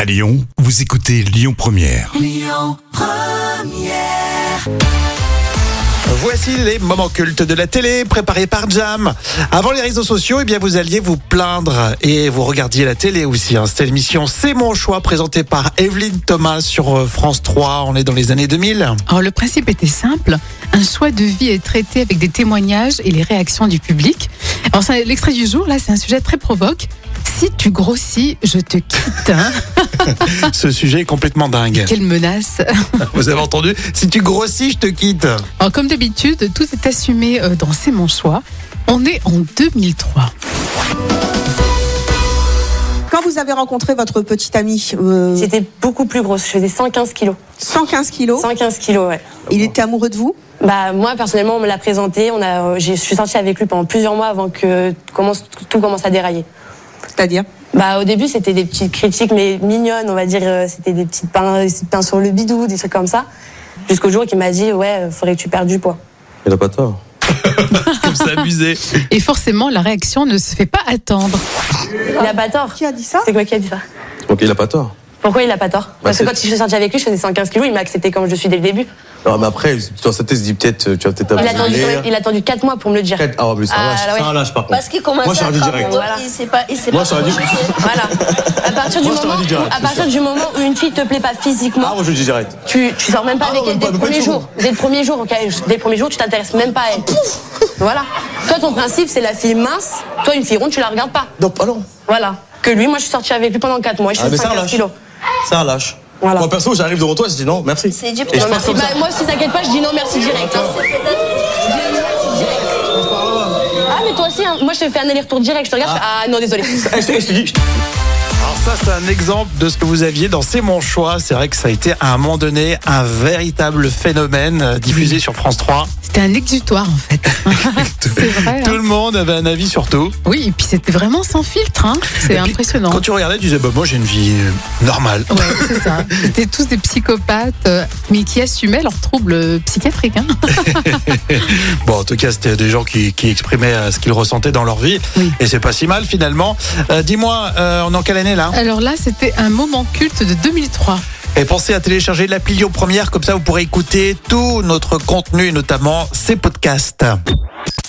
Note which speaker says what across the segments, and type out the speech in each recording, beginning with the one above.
Speaker 1: À Lyon, vous écoutez Lyon Première.
Speaker 2: Voici les moments cultes de la télé préparés par Jam. Avant les réseaux sociaux, eh bien vous alliez vous plaindre et vous regardiez la télé aussi. hein. C'était l'émission C'est mon choix présentée par Evelyne Thomas sur euh, France 3. On est dans les années 2000.
Speaker 3: Alors le principe était simple, un choix de vie est traité avec des témoignages et les réactions du public. Alors c'est- l'extrait du jour, là, c'est un sujet très provoque. Si tu grossis, je te quitte. hein.
Speaker 2: Ce sujet est complètement dingue.
Speaker 3: Quelle menace.
Speaker 2: Vous avez entendu Si tu grossis, je te quitte.
Speaker 3: Alors comme d'habitude, tout est assumé euh, dans C'est mon choix. On est en 2003.
Speaker 4: Quand vous avez rencontré votre petite amie, euh,
Speaker 5: J'étais beaucoup plus grosse, je faisais 115 kilos.
Speaker 4: 115 kilos,
Speaker 5: 115 kilos, ouais.
Speaker 4: il était amoureux de vous
Speaker 5: Bah, moi, personnellement, on me l'a présenté, on a, euh, j'ai- je suis sortie avec lui pendant plusieurs mois avant que commence, tout commence à dérailler.
Speaker 4: C'est-à-dire
Speaker 5: Bah, au début, c'était des petites critiques, mais mignonnes, on va dire, euh, c'était des petites pains, des petites pains sur le bidou, des trucs comme ça. Jusqu'au jour qu'il m'a dit, ouais, euh, faudrait que tu perdes du poids.
Speaker 6: Il a pas tort.
Speaker 2: Comme ça, abusé.
Speaker 3: Et forcément, la réaction ne se fait pas attendre.
Speaker 5: Il a pas tort.
Speaker 4: Qui a dit ça
Speaker 5: C'est quoi qui a dit ça
Speaker 6: Donc il a pas tort.
Speaker 5: Pourquoi il a pas tort Parce que
Speaker 6: c'est-
Speaker 5: quand je suis sortie avec lui, je faisais 115 kilos, il m'a accepté comme je suis dès le début.
Speaker 6: Non, mais après, dans sa tête, il se dit peut-être, euh, tu vas peut-être
Speaker 5: Il a
Speaker 6: abuser.
Speaker 5: attendu, il a attendu 4 mois pour me le dire.
Speaker 6: Peut-être- Ah, mais ça
Speaker 5: Ah,
Speaker 6: lâche,
Speaker 5: là, ouais.
Speaker 6: ça lâche par contre.
Speaker 7: Parce qu'il commence
Speaker 6: Moi, je
Speaker 7: à
Speaker 6: t'aurais dit
Speaker 7: craindre,
Speaker 6: direct.
Speaker 7: voilà. Il s'est pas, il s'est
Speaker 6: Moi,
Speaker 7: pas
Speaker 6: ça aurait dû-
Speaker 7: corrigé.
Speaker 5: Voilà. À partir du
Speaker 6: Moi, je t'aurais
Speaker 5: moment,
Speaker 6: dit direct,
Speaker 5: à
Speaker 6: c'est
Speaker 5: partir
Speaker 6: sûr.
Speaker 5: du moment où une fille te plaît pas physiquement,
Speaker 6: Ah, moi, je le dis direct.
Speaker 5: tu, tu sors même pas
Speaker 6: Ah
Speaker 5: avec
Speaker 6: non,
Speaker 5: elle
Speaker 6: même
Speaker 5: dès le
Speaker 6: pas- même pas
Speaker 5: premier
Speaker 6: une
Speaker 5: jour. Dès le premier jour, ok, dès le premier jour, tu t'intéresses même pas à elle. voilà. Toi, ton principe, c'est la fille mince. Toi, une fille ronde, tu la regardes pas.
Speaker 6: Non, pas non.
Speaker 5: Voilà. Que lui, moi, je suis sortie avec lui pendant 4 mois. et Je
Speaker 6: Ah,
Speaker 5: suis
Speaker 6: mais ça
Speaker 5: 50
Speaker 6: lâche.
Speaker 5: kilos.
Speaker 6: Ça lâche.
Speaker 5: Voilà.
Speaker 6: Moi, perso, j'arrive devant toi, je dis non, merci.
Speaker 7: C'est du-
Speaker 6: Et je
Speaker 5: Non,
Speaker 6: passe
Speaker 5: merci.
Speaker 6: comme ça.
Speaker 5: Bah, moi, si t'inquiète pas, je dis non, merci direct. hein. Ah, mais toi aussi, hein. moi, je te fais un aller-retour direct. Je te regarde, je fais, ah non, désolé.
Speaker 6: Eh, je te- je te dis. je te-
Speaker 2: Alors ça, c'est un exemple de ce que vous aviez dans C'est mon choix. C'est vrai que ça a été à un moment donné un véritable phénomène euh, diffusé sur France 3.
Speaker 3: C'était un exutoire en fait. c'est vrai. hein.
Speaker 2: Tout le monde avait un avis sur tout.
Speaker 3: Oui, et puis c'était vraiment sans filtre. hein. C'est
Speaker 2: Et puis,
Speaker 3: impressionnant.
Speaker 2: Quand tu regardais, tu disais, bah, moi j'ai une vie euh, normale.
Speaker 3: Ouais, c'est ça. C'était tous des psychopathes, euh, mais qui assumaient leurs troubles euh, psychiatriques. hein.
Speaker 2: Bon, en tout cas, c'était des gens qui, qui exprimaient euh, ce qu'ils ressentaient dans leur vie.
Speaker 3: Oui.
Speaker 2: Et c'est pas si mal finalement. Euh, Dis-moi, euh, on est en quelle année là
Speaker 3: Alors là, c'était un moment culte de 2003.
Speaker 2: Et pensez à télécharger l'appli Lyon Première, comme ça vous pourrez écouter tout notre contenu, et notamment ces podcasts.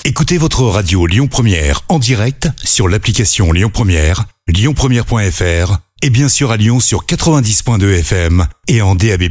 Speaker 1: Écoutez votre radio Lyon Première en direct sur l'application Lyon Première, lyonpremière.fr et bien sûr à Lyon sur 90.2 FM et en DAB+.